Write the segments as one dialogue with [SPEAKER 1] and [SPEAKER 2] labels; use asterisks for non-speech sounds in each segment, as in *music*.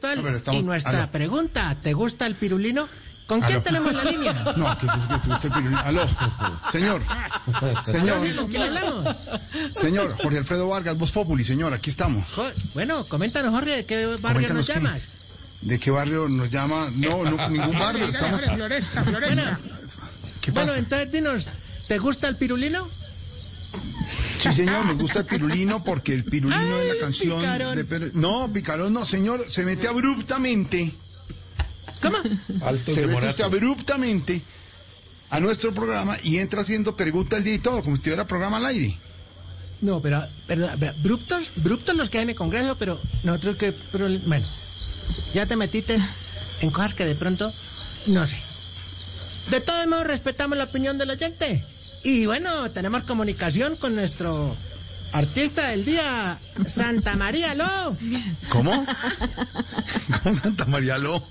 [SPEAKER 1] Tal,
[SPEAKER 2] ver, estamos-
[SPEAKER 1] y nuestra
[SPEAKER 2] aló.
[SPEAKER 1] pregunta, ¿te gusta el pirulino? ¿Con
[SPEAKER 2] Aló.
[SPEAKER 1] quién tenemos
[SPEAKER 2] *laughs*
[SPEAKER 1] la línea?
[SPEAKER 2] No, que se escuche usted, pirulín. Aló, señor, señor,
[SPEAKER 1] ¿Con quién hablamos?
[SPEAKER 2] señor, Jorge Alfredo Vargas, Voz Populi, señor, aquí estamos.
[SPEAKER 1] Jo- Bueno, coméntanos, Jorge, ¿de qué barrio
[SPEAKER 2] Coméntanos
[SPEAKER 1] nos
[SPEAKER 2] qué-
[SPEAKER 1] llamas?
[SPEAKER 2] ¿De qué barrio nos llama? No, no ningún barrio, estamos...
[SPEAKER 1] Bueno,
[SPEAKER 2] ¿Qué
[SPEAKER 1] bueno,
[SPEAKER 2] pasa?
[SPEAKER 1] entonces dinos, ¿te gusta el pirulino?
[SPEAKER 2] Sí, señor, me gusta el pirulino porque el pirulino
[SPEAKER 1] em- Ay,
[SPEAKER 2] es la canción...
[SPEAKER 1] picarón.
[SPEAKER 2] de Pedro- No, picarón no, señor, se mete abruptamente.
[SPEAKER 1] ¿Cómo?
[SPEAKER 2] se mete usted abruptamente a nuestro programa y entra haciendo preguntas al día y todo, como si tuviera programa al aire.
[SPEAKER 1] No, pero, pero, pero, bruptos, bruptos los que hay en el Congreso, pero nosotros que... bueno, ya te metiste en cosas que de pronto, no sé. De todos modos, respetamos la opinión del oyente. Y bueno, tenemos comunicación con nuestro artista del día, Santa María Lo.
[SPEAKER 2] ¿Cómo? ¿Cómo Santa María Lo?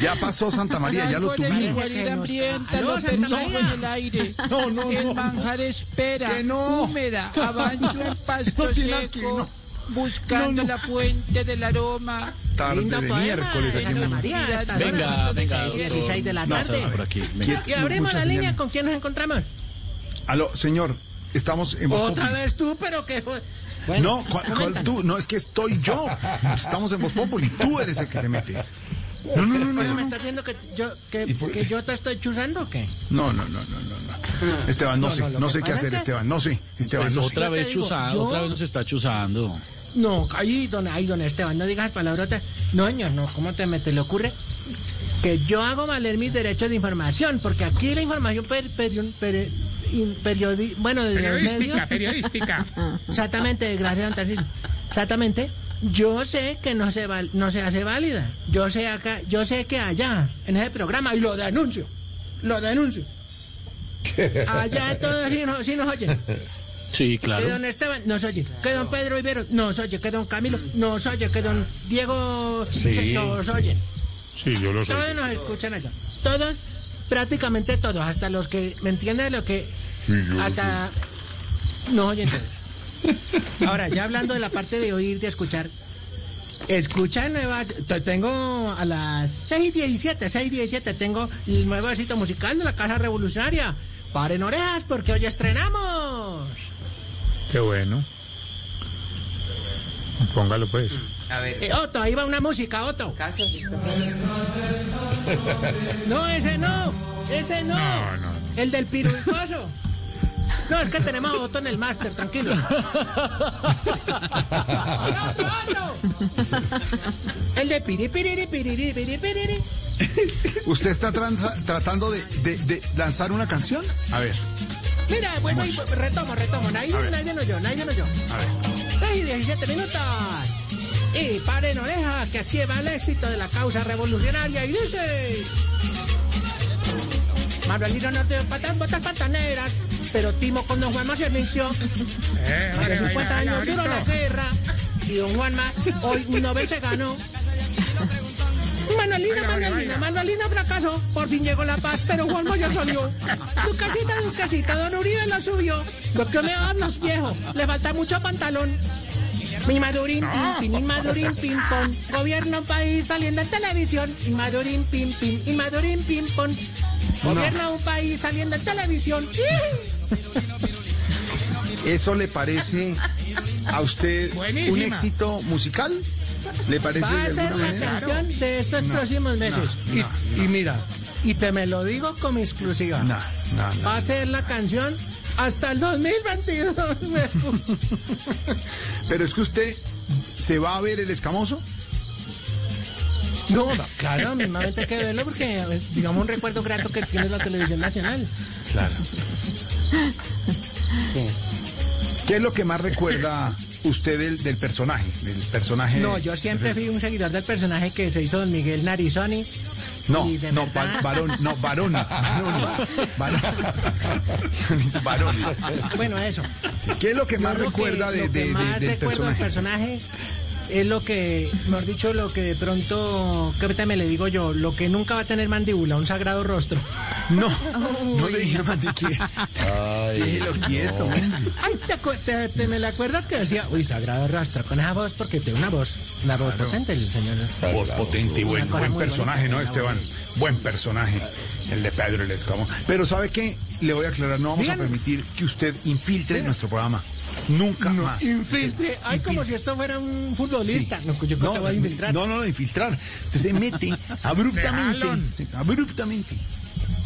[SPEAKER 2] Ya pasó Santa María, ya lo tuvimos.
[SPEAKER 1] que
[SPEAKER 3] Guarira
[SPEAKER 1] nos-
[SPEAKER 3] hambrienta,
[SPEAKER 1] Aló,
[SPEAKER 3] lo
[SPEAKER 1] Santa
[SPEAKER 3] pensó
[SPEAKER 1] María.
[SPEAKER 3] en el aire.
[SPEAKER 2] *laughs* No, no,
[SPEAKER 3] el
[SPEAKER 2] no.
[SPEAKER 3] manjar espera,
[SPEAKER 2] Que *laughs* no.
[SPEAKER 3] húmeda, avanzo en pasto
[SPEAKER 2] No, Pilar, que
[SPEAKER 3] seco,
[SPEAKER 2] no.
[SPEAKER 3] buscando la fuente del aroma.
[SPEAKER 2] Tarde
[SPEAKER 1] Lindo
[SPEAKER 2] de
[SPEAKER 1] poema,
[SPEAKER 2] miércoles aquí
[SPEAKER 1] Santa
[SPEAKER 2] en
[SPEAKER 1] María, hasta
[SPEAKER 3] Venga,
[SPEAKER 1] ahora son
[SPEAKER 3] venga,
[SPEAKER 1] 16, 16 de la
[SPEAKER 2] No,
[SPEAKER 1] tarde.
[SPEAKER 2] Quieto,
[SPEAKER 1] Y abrimos
[SPEAKER 2] muchas
[SPEAKER 1] la línea,
[SPEAKER 2] señales.
[SPEAKER 1] ¿con quién nos encontramos?
[SPEAKER 2] Aló, señor, estamos en Voz
[SPEAKER 1] Otra
[SPEAKER 2] Populi.
[SPEAKER 1] vez tú, pero que... jo- Bueno,
[SPEAKER 2] No, ¿cuál- cuál
[SPEAKER 1] coméntanos.
[SPEAKER 2] tú, no, es que estoy yo. Estamos en Voz Populi, tú eres el que te metes. No, no, no, no.
[SPEAKER 1] Bueno, ¿me
[SPEAKER 2] No,
[SPEAKER 1] estás viendo que yo, que,
[SPEAKER 2] por-
[SPEAKER 1] que yo te estoy chuzando o qué?
[SPEAKER 2] no, no, no, no, no, no. Esteban, no
[SPEAKER 1] No, no,
[SPEAKER 2] sé,
[SPEAKER 1] lo
[SPEAKER 2] no
[SPEAKER 1] que
[SPEAKER 2] sé qué
[SPEAKER 1] pasa
[SPEAKER 2] hacer,
[SPEAKER 1] es que-
[SPEAKER 2] Esteban, no sé. Esteban, no sé.
[SPEAKER 1] Yo
[SPEAKER 4] Otra
[SPEAKER 1] te
[SPEAKER 4] vez
[SPEAKER 1] digo,
[SPEAKER 4] chuzando,
[SPEAKER 1] yo-
[SPEAKER 4] otra vez nos está chuzando.
[SPEAKER 1] No, ahí don, ahí, don Esteban, no digas palabrotas. No, señor, no, ¿cómo te, me te le ocurre? Que yo hago valer mis derechos de información, porque aquí la información per, peri- peri- in- periodi- bueno, de los medios...
[SPEAKER 5] periodística.
[SPEAKER 1] *laughs* Exactamente, gracias, don Tarcisio. Exactamente. Yo sé que no se, val- no se hace válida. Yo sé acá, yo sé que allá, en ese programa, y lo denuncio. Lo denuncio. Allá todos sí nos, sí nos oyen.
[SPEAKER 4] Sí,
[SPEAKER 1] Que
[SPEAKER 4] claro.
[SPEAKER 1] don Esteban nos oye. Que don Pedro Ibero nos oye. Que don Camilo nos oye. Que don Diego se- nos oyen.
[SPEAKER 5] Sí, yo lo sé.
[SPEAKER 1] Todos nos escuchan allá. Todos, prácticamente todos. Hasta los que, ¿me entienden? Lo que... hasta... No oyen todos. Ahora, ya hablando de la parte de oír, de escuchar. Escucha nueva... te- Tengo a las 6 y 17, 6 y 17, tengo el nuevo éxito musical de la Casa Revolucionaria. Paren orejas porque hoy estrenamos.
[SPEAKER 5] Qué bueno. Póngalo pues.
[SPEAKER 1] Eh, Otto, ahí va una música, Otto. *laughs* No, ese no, ese no.
[SPEAKER 5] No, no, no.
[SPEAKER 1] El del pirulcoso. No, es que tenemos a Otto en el máster,
[SPEAKER 5] *laughs*
[SPEAKER 1] tranquilo. *laughs* El de piri, piriri, piriri, piri, piriri.
[SPEAKER 2] ¿Usted está transa- tratando de, de- de lanzar una canción? A ver,
[SPEAKER 1] Mira, bueno, y retomo, retomo. Nadie,
[SPEAKER 2] A ver.
[SPEAKER 1] nadie no yo, nadie no yo.
[SPEAKER 2] a ver.
[SPEAKER 1] 6 y 17 minutos. Y paren orejas, que aquí va el éxito de la causa revolucionaria. Y dice: Manuelito no te patas, botas pantaneras. Pero Timo con Don Juanma se venció.
[SPEAKER 2] Eh,
[SPEAKER 1] Hace 50 años duró la guerra. Y Don Juanma
[SPEAKER 2] *laughs*
[SPEAKER 1] hoy un Nobel se ganó. Manuelina,
[SPEAKER 5] Baila, baila,
[SPEAKER 1] Manuelina,
[SPEAKER 5] baila.
[SPEAKER 1] Manuelina fracasó. Por fin llegó la paz, pero Juanma ya salió. Ducasita, Ducasita, Don Uribe la subió. Lo que me hablas, viejo. Le falta mucho pantalón. Mi Madurín, pim, pim, y Madurín, pim, pon. Gobierno país saliendo en televisión. Y Madurín, pim, pim, y Madurín, pim, pon. Gobierna un país saliendo en televisión.
[SPEAKER 2] ¿Eso le parece a usted un
[SPEAKER 5] Buenísima.
[SPEAKER 2] éxito musical? ¿Le parece
[SPEAKER 1] Va a
[SPEAKER 2] de
[SPEAKER 1] ser
[SPEAKER 2] alguna
[SPEAKER 1] la
[SPEAKER 2] manera?
[SPEAKER 1] canción de estos próximos meses. y, y mira, y te me lo digo como exclusiva.
[SPEAKER 2] No, no, no.
[SPEAKER 1] Va a ser la canción hasta el 2022.
[SPEAKER 2] *laughs*
[SPEAKER 1] me escucho.
[SPEAKER 2] Pero es que usted se va a ver el escamoso.
[SPEAKER 1] no, no, claro, mismamente hay que verlo porque es, digamos un recuerdo grato que tiene la televisión nacional.
[SPEAKER 2] Claro. ¿Qué es lo que más recuerda usted del, del personaje, del personaje.
[SPEAKER 1] No, yo siempre fui un seguidor del personaje que se hizo Don Miguel Narizoni.
[SPEAKER 2] No,
[SPEAKER 1] y de
[SPEAKER 2] no,
[SPEAKER 1] verdad-
[SPEAKER 2] va- varón, no, varón, varón,
[SPEAKER 1] *laughs*
[SPEAKER 2] varón, varón.
[SPEAKER 1] Bueno, eso.
[SPEAKER 2] ¿Qué es lo que
[SPEAKER 1] Yo
[SPEAKER 2] más
[SPEAKER 1] lo que-
[SPEAKER 2] recuerda de,
[SPEAKER 1] lo que
[SPEAKER 2] de- de-
[SPEAKER 1] más
[SPEAKER 2] del
[SPEAKER 1] recuerdo del
[SPEAKER 2] personaje?
[SPEAKER 1] personaje es lo que, mejor dicho, lo que de pronto, ¿qué ahorita me le digo yo? Lo que nunca va a tener mandíbula, un sagrado rostro. *laughs*
[SPEAKER 2] No, no le dije más de *laughs* qué. Déjelo quieto. hombre.
[SPEAKER 1] Ay, ¿te, acu- te- te me la acuerdas que decía, uy, sagrado rostro, con esa voz, porque tiene una voz, una voz potente el señor. este".
[SPEAKER 2] Voz potente y buen,
[SPEAKER 1] Una cosa
[SPEAKER 2] buen
[SPEAKER 1] muy
[SPEAKER 2] personaje,
[SPEAKER 1] bonita,
[SPEAKER 2] ¿no,
[SPEAKER 1] la
[SPEAKER 2] Esteban? Buen personaje, el de Pedro el Escamo. Pero ¿sabe qué? Le voy a aclarar, no vamos a
[SPEAKER 1] Dígame.
[SPEAKER 2] permitir que usted infiltre nuestro programa. Nunca más.
[SPEAKER 1] Infiltre, ay, como si esto fuera un futbolista.
[SPEAKER 2] Sí.
[SPEAKER 1] No, yo no, te voy a infiltrar.
[SPEAKER 2] No, no, no, infiltrar. Usted se *laughs* mete abruptamente.
[SPEAKER 3] jalan.
[SPEAKER 2] sí, abruptamente.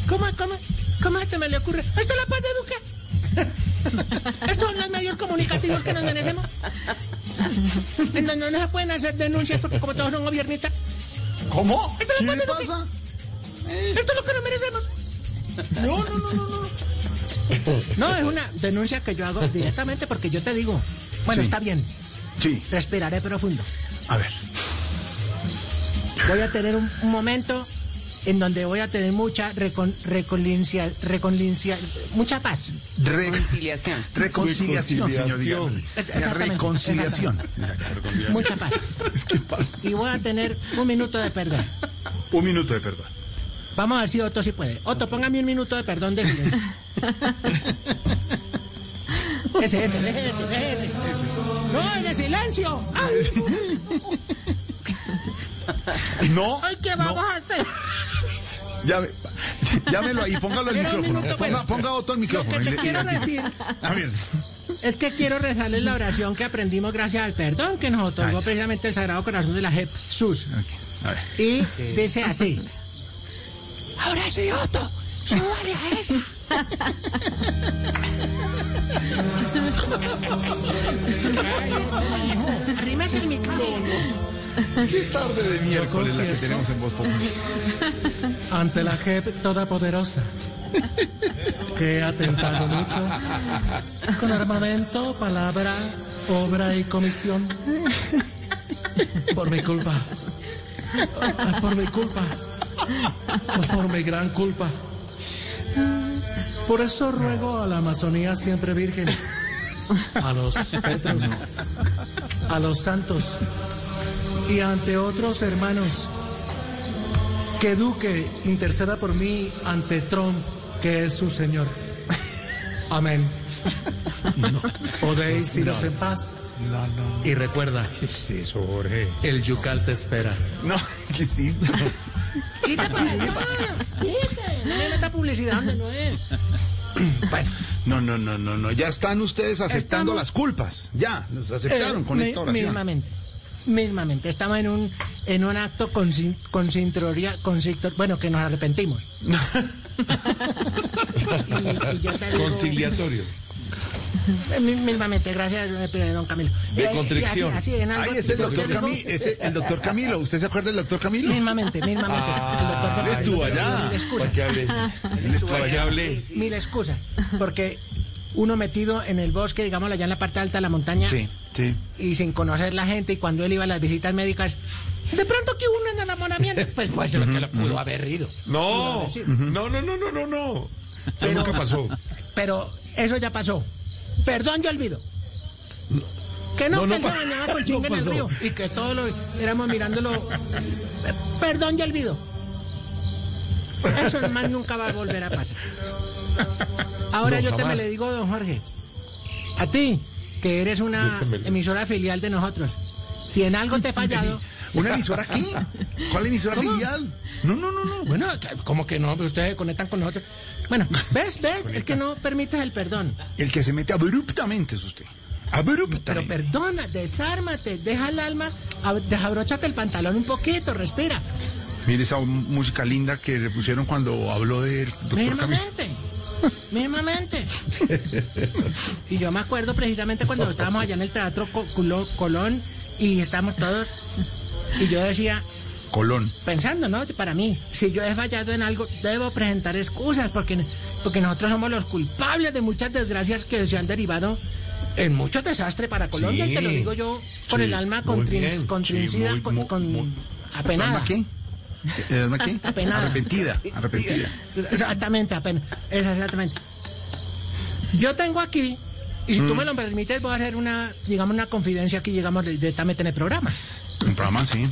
[SPEAKER 1] ¿Cómo, cómo, cómo te me le ocurre? Esto es la paz de Duque. *laughs* Estos son los medios comunicativos que nos merecemos. No, no, no se pueden hacer denuncias porque como todos son gobiernistas,
[SPEAKER 2] ¿Cómo?
[SPEAKER 1] Esto es
[SPEAKER 2] ¿Qué
[SPEAKER 1] la
[SPEAKER 2] le
[SPEAKER 1] paz de
[SPEAKER 2] pasa?
[SPEAKER 1] esto es lo que nos merecemos. No, no, no, no, no. no. No, es una denuncia que yo hago directamente porque yo te digo, bueno,
[SPEAKER 2] Sí.
[SPEAKER 1] está bien,
[SPEAKER 2] Sí,
[SPEAKER 1] respiraré profundo.
[SPEAKER 2] a ver.
[SPEAKER 1] Voy a tener un, un momento en donde voy a tener mucha recon, reconciliación, mucha paz.
[SPEAKER 2] Re-
[SPEAKER 6] Conciliación.
[SPEAKER 2] reconciliación, señor. dígame.
[SPEAKER 1] Es- exactamente,
[SPEAKER 2] Reconciliación.
[SPEAKER 1] Mucha paz.
[SPEAKER 2] Es que pasa.
[SPEAKER 1] Y voy a tener un minuto de perdón.
[SPEAKER 2] Un minuto de perdón.
[SPEAKER 1] Vamos a ver si Otto sí puede. Otto, póngame un minuto de perdón de silencio. Ese, ese, deje ese, deje ese. No, es de silencio. Ay,
[SPEAKER 2] No,
[SPEAKER 1] ay, ¿qué vamos a hacer?
[SPEAKER 2] llame- llámelo ahí, póngalo al
[SPEAKER 1] Era un
[SPEAKER 2] micrófono.
[SPEAKER 1] minuto,
[SPEAKER 2] Ponga,
[SPEAKER 1] pero-
[SPEAKER 2] ponga otro al
[SPEAKER 1] Lo
[SPEAKER 2] micrófono.
[SPEAKER 1] que
[SPEAKER 2] y
[SPEAKER 1] te
[SPEAKER 2] le- y
[SPEAKER 1] quiero
[SPEAKER 2] le-
[SPEAKER 1] decir
[SPEAKER 2] A ver,
[SPEAKER 1] es que quiero rezarles la oración que aprendimos gracias al perdón que nos otorgó precisamente el Sagrado Corazón de la Jesús.
[SPEAKER 2] a ver.
[SPEAKER 1] Y dice así. Ahora sí, Otto, súbale a eso. Arrímese el micrófono.
[SPEAKER 2] Qué tarde de miércoles la que
[SPEAKER 1] confieso.
[SPEAKER 2] tenemos en Voz Populi.
[SPEAKER 1] Ante la JEP todopoderosa, que ha tentado mucho con armamento, palabra, obra y comisión. Por mi culpa, ah, por mi culpa, por mi gran culpa. Por eso ruego a la Amazonía siempre virgen, a los petros, a los santos y ante otros hermanos que Duque interceda por mí ante Trump, que es su señor. Amén. Podéis iros en paz. Y recuerda,
[SPEAKER 3] ¿Qué es eso, Jorge?
[SPEAKER 1] el Yucal te espera.
[SPEAKER 2] No, *laughs* ¿qué hiciste?
[SPEAKER 1] No me meta publicidad donde no es.
[SPEAKER 2] No, no, no, no, no. Ya están ustedes aceptando
[SPEAKER 1] Estamos- Eh,
[SPEAKER 2] las culpas. Ya, las aceptaron con esta oración.
[SPEAKER 1] Mismamente. Mismamente. Estamos en un, en un acto con, con bueno, que nos
[SPEAKER 2] *laughs*
[SPEAKER 1] arrepentimos. Y- y yo te digo-
[SPEAKER 2] Conciliatorio.
[SPEAKER 1] Eh, mi- Mismamente, gracias, eh, don Camilo.
[SPEAKER 2] De
[SPEAKER 1] Eh, y así-
[SPEAKER 2] contrición.
[SPEAKER 1] así, en algo
[SPEAKER 2] Ay, ese es el doctor
[SPEAKER 1] psicológico.
[SPEAKER 2] Camilo. Ese, el doctor Camilo. ¿Usted se acuerda del doctor Camilo?
[SPEAKER 1] Mismamente, mismamente.
[SPEAKER 2] Ah, él estuvo allá.
[SPEAKER 1] Mil excusas,
[SPEAKER 2] ¿Para qué hablé? Él estuvo allá. hablé.
[SPEAKER 1] mil excusas. Porque uno metido en el bosque, digámoslo allá en la parte alta de la montaña,
[SPEAKER 2] Sí, sí.
[SPEAKER 1] y sin conocer la gente, y cuando él iba a las visitas médicas, de pronto que hubo un enamoramiento, pues puede ser que lo pudo haber ido.
[SPEAKER 3] No, no, no, no, no, no, no. Eso nunca pasó.
[SPEAKER 1] Pero eso ya pasó. Perdón, yo olvido. Que *laughs* no,
[SPEAKER 2] No, no
[SPEAKER 1] que él se
[SPEAKER 2] pa-
[SPEAKER 1] bañaba con
[SPEAKER 2] no
[SPEAKER 1] chinga en el
[SPEAKER 2] pasó.
[SPEAKER 1] río y que todos lo éramos mirándolo. Pe- Perdón, yo olvido. Eso más nunca va a volver a pasar. Ahora
[SPEAKER 2] No,
[SPEAKER 1] yo te me
[SPEAKER 2] jamás.
[SPEAKER 1] le digo, don Jorge, a ti, que eres una
[SPEAKER 3] Yo te me le-
[SPEAKER 1] emisora filial de nosotros. Si en algo te he fallado,
[SPEAKER 2] ¿Una emisora aquí? ¿Cuál emisora filial? No, no, no, no.
[SPEAKER 1] bueno, como que no, ustedes se conectan con nosotros. Bueno, ves, ves, es que no permites el perdón.
[SPEAKER 2] El que se mete abruptamente es usted.
[SPEAKER 1] Pero
[SPEAKER 2] Abruptamente.
[SPEAKER 1] perdona, desármate, deja el alma, a- desabróchate el pantalón un poquito, respira.
[SPEAKER 2] Mire esa música linda que le pusieron cuando habló del doctor Camilo.
[SPEAKER 1] Mismamente. Mismamente. Y yo me acuerdo precisamente cuando estábamos allá en el Teatro Co- Culo- Colón y estábamos todos. Y yo decía,
[SPEAKER 2] Colón.
[SPEAKER 1] pensando, ¿no? Para mí, si yo he fallado en algo, debo presentar excusas porque, porque nosotros somos los culpables de muchas desgracias que se han derivado
[SPEAKER 3] Es mucho desastre para Colombia,
[SPEAKER 2] Sí,
[SPEAKER 3] y te lo digo yo con
[SPEAKER 2] sí,
[SPEAKER 3] el alma
[SPEAKER 2] muy bien,
[SPEAKER 3] contrin-
[SPEAKER 2] sí,
[SPEAKER 3] contrincida,
[SPEAKER 2] muy,
[SPEAKER 3] con,
[SPEAKER 2] muy,
[SPEAKER 3] con-
[SPEAKER 2] muy-
[SPEAKER 3] apenada.
[SPEAKER 2] ¿Alma qué? ¿El alma qué?
[SPEAKER 3] Apenada.
[SPEAKER 2] Arrepentida, arrepentida.
[SPEAKER 3] Exactamente, apenas. Exactamente. Yo tengo aquí, y si tú
[SPEAKER 2] Mm.
[SPEAKER 3] me lo permites, voy a hacer una, digamos, una confidencia aquí, llegamos directamente en el programa.
[SPEAKER 2] Un programa, sí.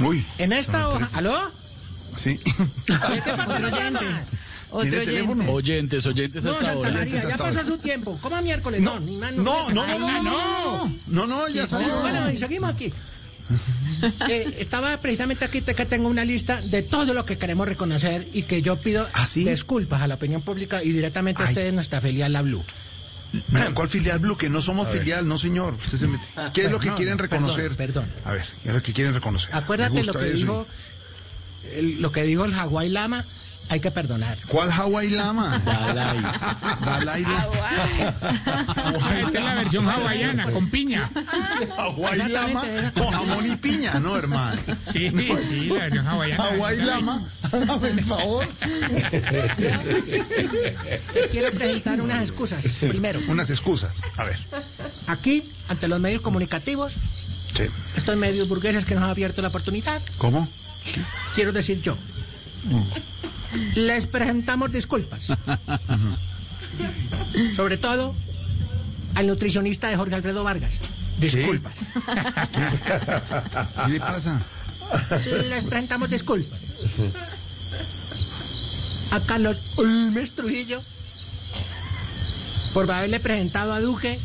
[SPEAKER 2] Uy,
[SPEAKER 3] En
[SPEAKER 2] Ah,
[SPEAKER 3] esta hoja.
[SPEAKER 2] *laughs*
[SPEAKER 3] ¿Aló?
[SPEAKER 2] sí.
[SPEAKER 3] ¿De qué parte nos llamas?
[SPEAKER 2] ¿Tiene teléfono?
[SPEAKER 4] Oyentes, oyentes
[SPEAKER 3] No,
[SPEAKER 4] hasta
[SPEAKER 3] Santa
[SPEAKER 4] ahora.
[SPEAKER 3] María, ya
[SPEAKER 2] hasta
[SPEAKER 3] pasó
[SPEAKER 2] ahora.
[SPEAKER 3] su tiempo. ¿Cómo a miércoles?
[SPEAKER 2] No,
[SPEAKER 3] No,
[SPEAKER 2] no,
[SPEAKER 3] ni más,
[SPEAKER 2] no, no, no,
[SPEAKER 3] Ay,
[SPEAKER 2] no, no, no, no, no, ya salió.
[SPEAKER 3] Ah, Bueno, y seguimos
[SPEAKER 2] *laughs*
[SPEAKER 3] aquí. Eh, estaba precisamente aquí te- que tengo una lista de todo lo que queremos reconocer y que yo pido
[SPEAKER 2] ¿Ah, sí?
[SPEAKER 3] disculpas a la opinión pública y directamente a
[SPEAKER 2] Ay.
[SPEAKER 3] ustedes nuestra filial La Blue.
[SPEAKER 2] Bueno, ¿Cuál filial Blue? Que no somos filial, no señor. Usted se mete. ¿Qué es lo que
[SPEAKER 3] no,
[SPEAKER 2] quieren
[SPEAKER 3] no,
[SPEAKER 2] reconocer?
[SPEAKER 3] Ah, perdón, perdón.
[SPEAKER 2] A ver, ¿qué es lo que quieren reconocer? Me
[SPEAKER 3] Acuérdate
[SPEAKER 2] gusta
[SPEAKER 3] lo que
[SPEAKER 2] eso.
[SPEAKER 3] dijo el, lo que dijo el Hawái Lama, hay que perdonar.
[SPEAKER 2] ¿Cuál Hawái Lama?
[SPEAKER 4] Dalai.
[SPEAKER 2] Dalai Lama.
[SPEAKER 1] Ah, Esta es la
[SPEAKER 3] Ah,
[SPEAKER 1] versión hawaiana, con piña.
[SPEAKER 2] Hawái Lama
[SPEAKER 3] Exactamente.
[SPEAKER 2] con jamón y piña, no, hermano.
[SPEAKER 1] Sí, sí, la versión hawaiana.
[SPEAKER 2] Hawái Lama, hágame el favor.
[SPEAKER 3] Te Quiero presentar unas excusas. Primero,
[SPEAKER 2] Unas excusas. A ver.
[SPEAKER 3] aquí ante los medios comunicativos,
[SPEAKER 2] Sí.
[SPEAKER 3] estos medios burgueses que nos han abierto la oportunidad,
[SPEAKER 2] ¿Cómo?
[SPEAKER 3] quiero decir yo. Les presentamos disculpas. Sobre todo al nutricionista de Jorge Alfredo Vargas. Disculpas.
[SPEAKER 2] ¿Qué le pasa?
[SPEAKER 3] Les presentamos disculpas. A Carlos Ulmes Trujillo por haberle presentado a Duque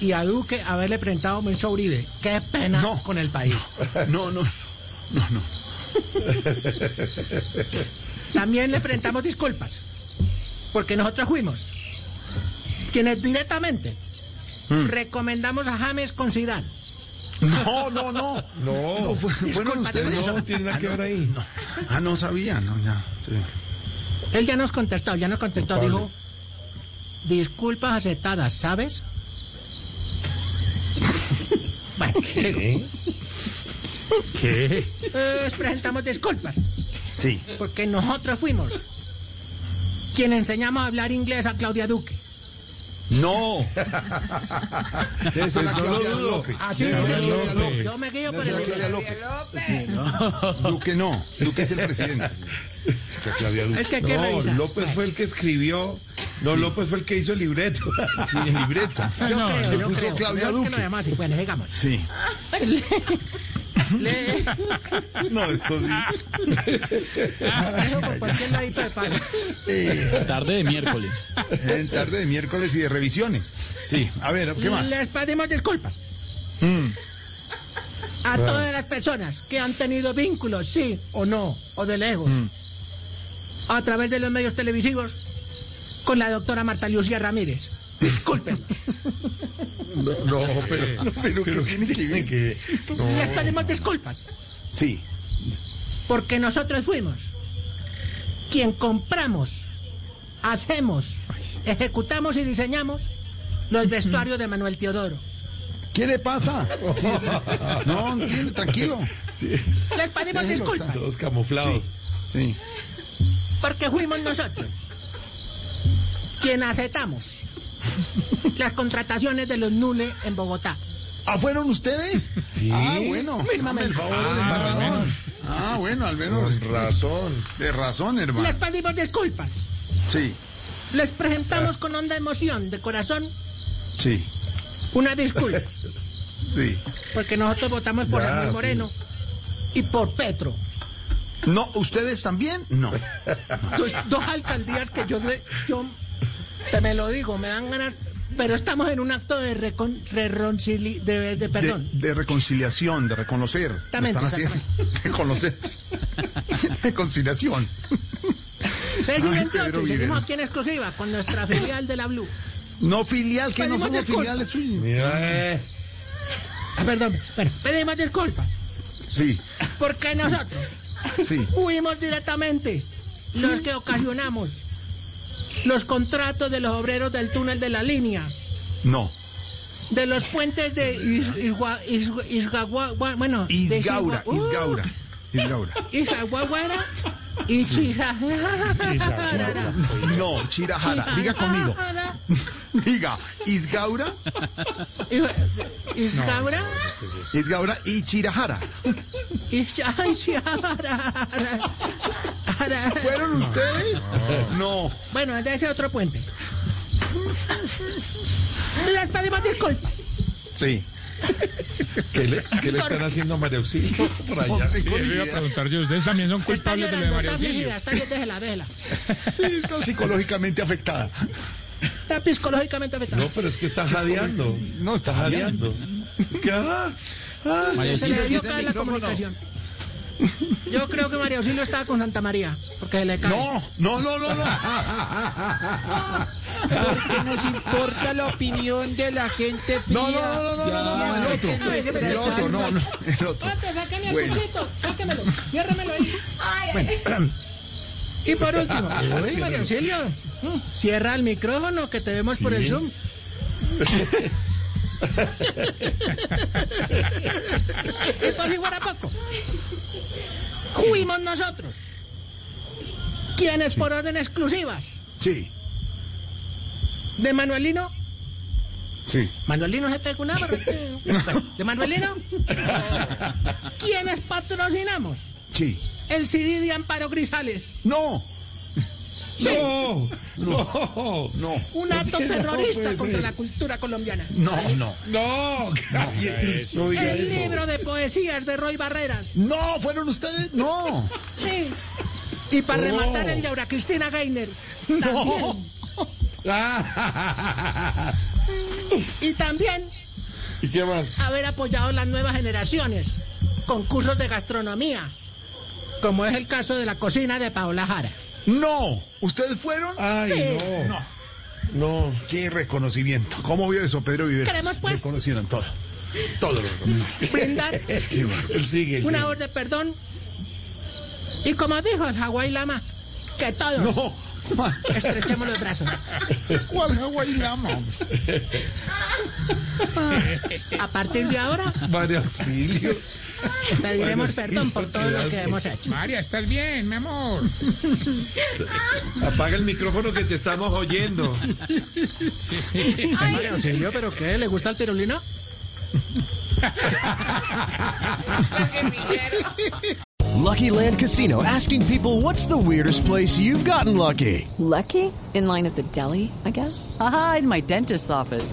[SPEAKER 3] y a Duque haberle presentado a Mencho Uribe. Qué pena
[SPEAKER 2] No.
[SPEAKER 3] con el país.
[SPEAKER 2] No, no, no, no.
[SPEAKER 3] También le presentamos disculpas, porque nosotros fuimos quienes directamente recomendamos a James con Zidane.
[SPEAKER 2] No, no, no. No. fue- fueron
[SPEAKER 3] Disculpa,
[SPEAKER 2] ustedes.
[SPEAKER 3] no,
[SPEAKER 1] tiene nada
[SPEAKER 2] Ah,
[SPEAKER 1] que
[SPEAKER 2] no,
[SPEAKER 1] ver ahí.
[SPEAKER 2] no. Ah, no sabía, no, ya. sí.
[SPEAKER 3] Él ya nos contestó, ya nos contestó,
[SPEAKER 2] Culpable.
[SPEAKER 3] dijo, disculpas aceptadas, ¿sabes? bueno, digo,
[SPEAKER 1] ¿Qué?
[SPEAKER 3] les presentamos disculpas,
[SPEAKER 2] Sí.
[SPEAKER 3] porque nosotros fuimos quienes enseñamos a hablar inglés a Claudia Duque.
[SPEAKER 2] No. *laughs* Debe ser la Claudia López.
[SPEAKER 3] Así
[SPEAKER 2] Debe
[SPEAKER 3] es,
[SPEAKER 2] ser la Claudia López.
[SPEAKER 3] yo me guío por
[SPEAKER 2] Debe
[SPEAKER 3] el...
[SPEAKER 2] ser la Claudia López. Duque no. Duque es el presidente. La Claudia Duque.
[SPEAKER 3] Es que hay que revisar.
[SPEAKER 1] López fue el que escribió. No, López fue el que hizo el libreto.
[SPEAKER 2] Sí, el libreto.
[SPEAKER 3] Yo creo, yo
[SPEAKER 2] puso
[SPEAKER 3] creo.
[SPEAKER 2] Claudia
[SPEAKER 3] Veamos que
[SPEAKER 2] Duque.
[SPEAKER 3] lo llamamos así. Bueno,
[SPEAKER 2] *laughs*
[SPEAKER 3] digamos.
[SPEAKER 2] Sí.
[SPEAKER 3] *laughs* Le
[SPEAKER 2] No, esto sí.
[SPEAKER 3] dejo por cualquier ladito de palo.
[SPEAKER 4] Tarde
[SPEAKER 3] *laughs*
[SPEAKER 4] de miércoles.
[SPEAKER 2] En tarde de miércoles y de revisiones. Sí. A ver, ¿qué más? Mm.
[SPEAKER 3] Les pedimos disculpas. A todas las personas que han tenido vínculos, sí o no, o de lejos,
[SPEAKER 2] Mm.
[SPEAKER 3] a través de los medios televisivos, con la doctora Marta Lucía Ramírez.
[SPEAKER 2] *laughs*
[SPEAKER 3] Disculpen.
[SPEAKER 2] No, pero, pero, ¿qué tiene que ver?
[SPEAKER 3] Les pedimos disculpas,
[SPEAKER 2] Sí.
[SPEAKER 3] porque nosotros fuimos quien compramos, hacemos, ejecutamos y diseñamos los vestuarios de Manuel Teodoro.
[SPEAKER 2] ¿Qué le pasa? No, entiende, tranquilo.
[SPEAKER 3] Les pedimos disculpas.
[SPEAKER 1] Todos camuflados.
[SPEAKER 2] Sí.
[SPEAKER 3] Porque fuimos nosotros quien aceptamos las contrataciones de los nules en Bogotá.
[SPEAKER 2] ¿Ah, fueron ustedes? Sí. Ah, bueno. Dame el favor del embarrador. Ah, bueno, al menos. razón. De razón,
[SPEAKER 3] Les
[SPEAKER 2] hermano.
[SPEAKER 3] pedimos disculpas.
[SPEAKER 2] Sí,
[SPEAKER 3] Les presentamos con honda emoción de corazón
[SPEAKER 2] sí,
[SPEAKER 3] una disculpa.
[SPEAKER 2] sí.
[SPEAKER 3] Porque nosotros votamos por Ramón Moreno y por Petro.
[SPEAKER 2] No, ¿ustedes también? No.
[SPEAKER 3] Dos, dos alcaldías que yo, de- yo te me lo digo, me dan ganas. Pero estamos en un acto de, recon, de reconcili- de- de-
[SPEAKER 2] De,
[SPEAKER 3] perdón.
[SPEAKER 2] de reconciliación, de reconocer. Lo
[SPEAKER 3] Exactamente,
[SPEAKER 2] están haciendo. Reconocer.
[SPEAKER 3] *laughs*
[SPEAKER 2] Reconciliación. Ay,
[SPEAKER 3] 628
[SPEAKER 2] Pedro
[SPEAKER 3] y seguimos
[SPEAKER 2] Viveros.
[SPEAKER 3] aquí en exclusiva con nuestra filial de la Blue.
[SPEAKER 2] No filial, que no
[SPEAKER 3] Pedimos
[SPEAKER 2] somos
[SPEAKER 3] disculpas.
[SPEAKER 2] filiales suyos.
[SPEAKER 3] Ah, Perdón, bueno, pedimos disculpas.
[SPEAKER 2] Sí,
[SPEAKER 3] Porque nosotros
[SPEAKER 2] sí.
[SPEAKER 3] fuimos directamente los que ocasionamos los contratos de los obreros del túnel de la línea,
[SPEAKER 2] No.
[SPEAKER 3] de los puentes de Is- Isgua- Isgua- Isgagua- bueno, de
[SPEAKER 2] Isgaura,
[SPEAKER 3] Isgua- uh,
[SPEAKER 2] Isgaura. Isgaura.
[SPEAKER 3] Isgaguaguara Y Chirajara.
[SPEAKER 2] No, Chirajara. Diga conmigo. *laughs* Diga, Isgaura,
[SPEAKER 3] Iscabra.
[SPEAKER 2] Isgaura y Chirajara.
[SPEAKER 3] Is- Ay, Chirajara.
[SPEAKER 2] ¿Fueron ustedes? No.
[SPEAKER 3] Bueno, anda ese otro puente. Las pedimos disculpas.
[SPEAKER 2] Sí.
[SPEAKER 1] ¿Qué le, qué le están haciendo a María Auxilio? Rayas.
[SPEAKER 2] Sí,
[SPEAKER 7] Le iba a preguntar yo, ¿ustedes también son
[SPEAKER 3] Está
[SPEAKER 7] culpables de lo de
[SPEAKER 3] llorando,
[SPEAKER 7] María
[SPEAKER 3] está
[SPEAKER 7] Auxilio?
[SPEAKER 3] afligida, está bien, déjela, déjela.
[SPEAKER 2] sí, no, psicológicamente afectada.
[SPEAKER 3] Está psicológicamente afectada.
[SPEAKER 1] No, pero es que está jadeando.
[SPEAKER 2] No, está
[SPEAKER 1] Jadeando. ¿Qué? Ah, ah.
[SPEAKER 4] María
[SPEAKER 3] Se le debió
[SPEAKER 4] Auxilio,
[SPEAKER 1] sí,
[SPEAKER 3] caer
[SPEAKER 1] el
[SPEAKER 3] la
[SPEAKER 1] micrófono.
[SPEAKER 3] comunicación. Yo creo que María Auxilio estaba con Santa María, porque le cae.
[SPEAKER 2] No, no, no, no, no.
[SPEAKER 8] Porque nos importa la opinión de la gente fría.
[SPEAKER 2] No, no, no, no, no, no, no, el otro.
[SPEAKER 8] Déjenos
[SPEAKER 2] El otro, no, no, el otro.
[SPEAKER 3] sácame
[SPEAKER 2] al Bueno.
[SPEAKER 3] sácamelo, ciérramelo ahí. Y por último, *laughs* uy, María Auxilio, mm, cierra el micrófono que te vemos por el *laughs* Zoom. y por si fuera poco, fuimos nosotros, quienes por orden exclusivas
[SPEAKER 2] Sí,
[SPEAKER 3] de Manuelino,
[SPEAKER 2] sí.
[SPEAKER 3] Manuelino se pegó una barra- *laughs* de Manuelino, quienes patrocinamos
[SPEAKER 2] Sí.
[SPEAKER 3] el CD de Amparo Grisales.
[SPEAKER 2] No.
[SPEAKER 3] Sí.
[SPEAKER 2] No. No. *laughs* No. pues
[SPEAKER 3] Un acto terrorista contra la cultura colombiana.
[SPEAKER 2] No, no.
[SPEAKER 1] No, cállate.
[SPEAKER 2] No diga
[SPEAKER 3] El
[SPEAKER 2] eso.
[SPEAKER 3] libro de poesías de Roy Barreras.
[SPEAKER 2] No, fueron ustedes. No.
[SPEAKER 3] Sí. Y para
[SPEAKER 1] Oh.
[SPEAKER 3] rematar el de Aura Cristina Gainer.
[SPEAKER 2] No.
[SPEAKER 1] Ah,
[SPEAKER 3] *laughs* Y también
[SPEAKER 1] ¿Y qué más?
[SPEAKER 3] haber apoyado las nuevas generaciones. Concursos de gastronomía. Como es el caso de la cocina de Paola Jara.
[SPEAKER 2] No. ¿Ustedes fueron?
[SPEAKER 3] Ah.
[SPEAKER 1] Ay,
[SPEAKER 3] Sí.
[SPEAKER 1] no. No.
[SPEAKER 2] Qué reconocimiento. ¿Cómo vio eso, Pedro Viveros?
[SPEAKER 3] Queremos, pues.
[SPEAKER 2] Reconocieron todo. Todo lo reconocieron. *laughs*
[SPEAKER 3] *laughs* Brindar
[SPEAKER 2] Qué bárbaro.
[SPEAKER 1] Él sigue. él
[SPEAKER 3] una
[SPEAKER 1] sigue.
[SPEAKER 3] voz de perdón. Y como dijo el Hawái Lama, que todos
[SPEAKER 2] No.
[SPEAKER 3] estrechemos los brazos.
[SPEAKER 2] *laughs* ¿Cuál Hawái Lama? hombre?
[SPEAKER 3] A partir de ahora
[SPEAKER 2] María Auxilio. Bueno,
[SPEAKER 3] pediremos
[SPEAKER 2] sí,
[SPEAKER 3] perdón por
[SPEAKER 2] no
[SPEAKER 3] todo
[SPEAKER 2] te
[SPEAKER 3] lo que
[SPEAKER 2] das.
[SPEAKER 3] hemos hecho.
[SPEAKER 7] María, ¿estás bien, mi amor?
[SPEAKER 1] Apaga el micrófono que te estamos oyendo.
[SPEAKER 3] María Auxilio, ¿pero qué? ¿Le gusta el tirolino?
[SPEAKER 9] Lucky Land Casino asking people what's the weirdest place you've gotten lucky?
[SPEAKER 10] Lucky? In line at the deli, I guess?
[SPEAKER 6] Aha, in my dentist's office.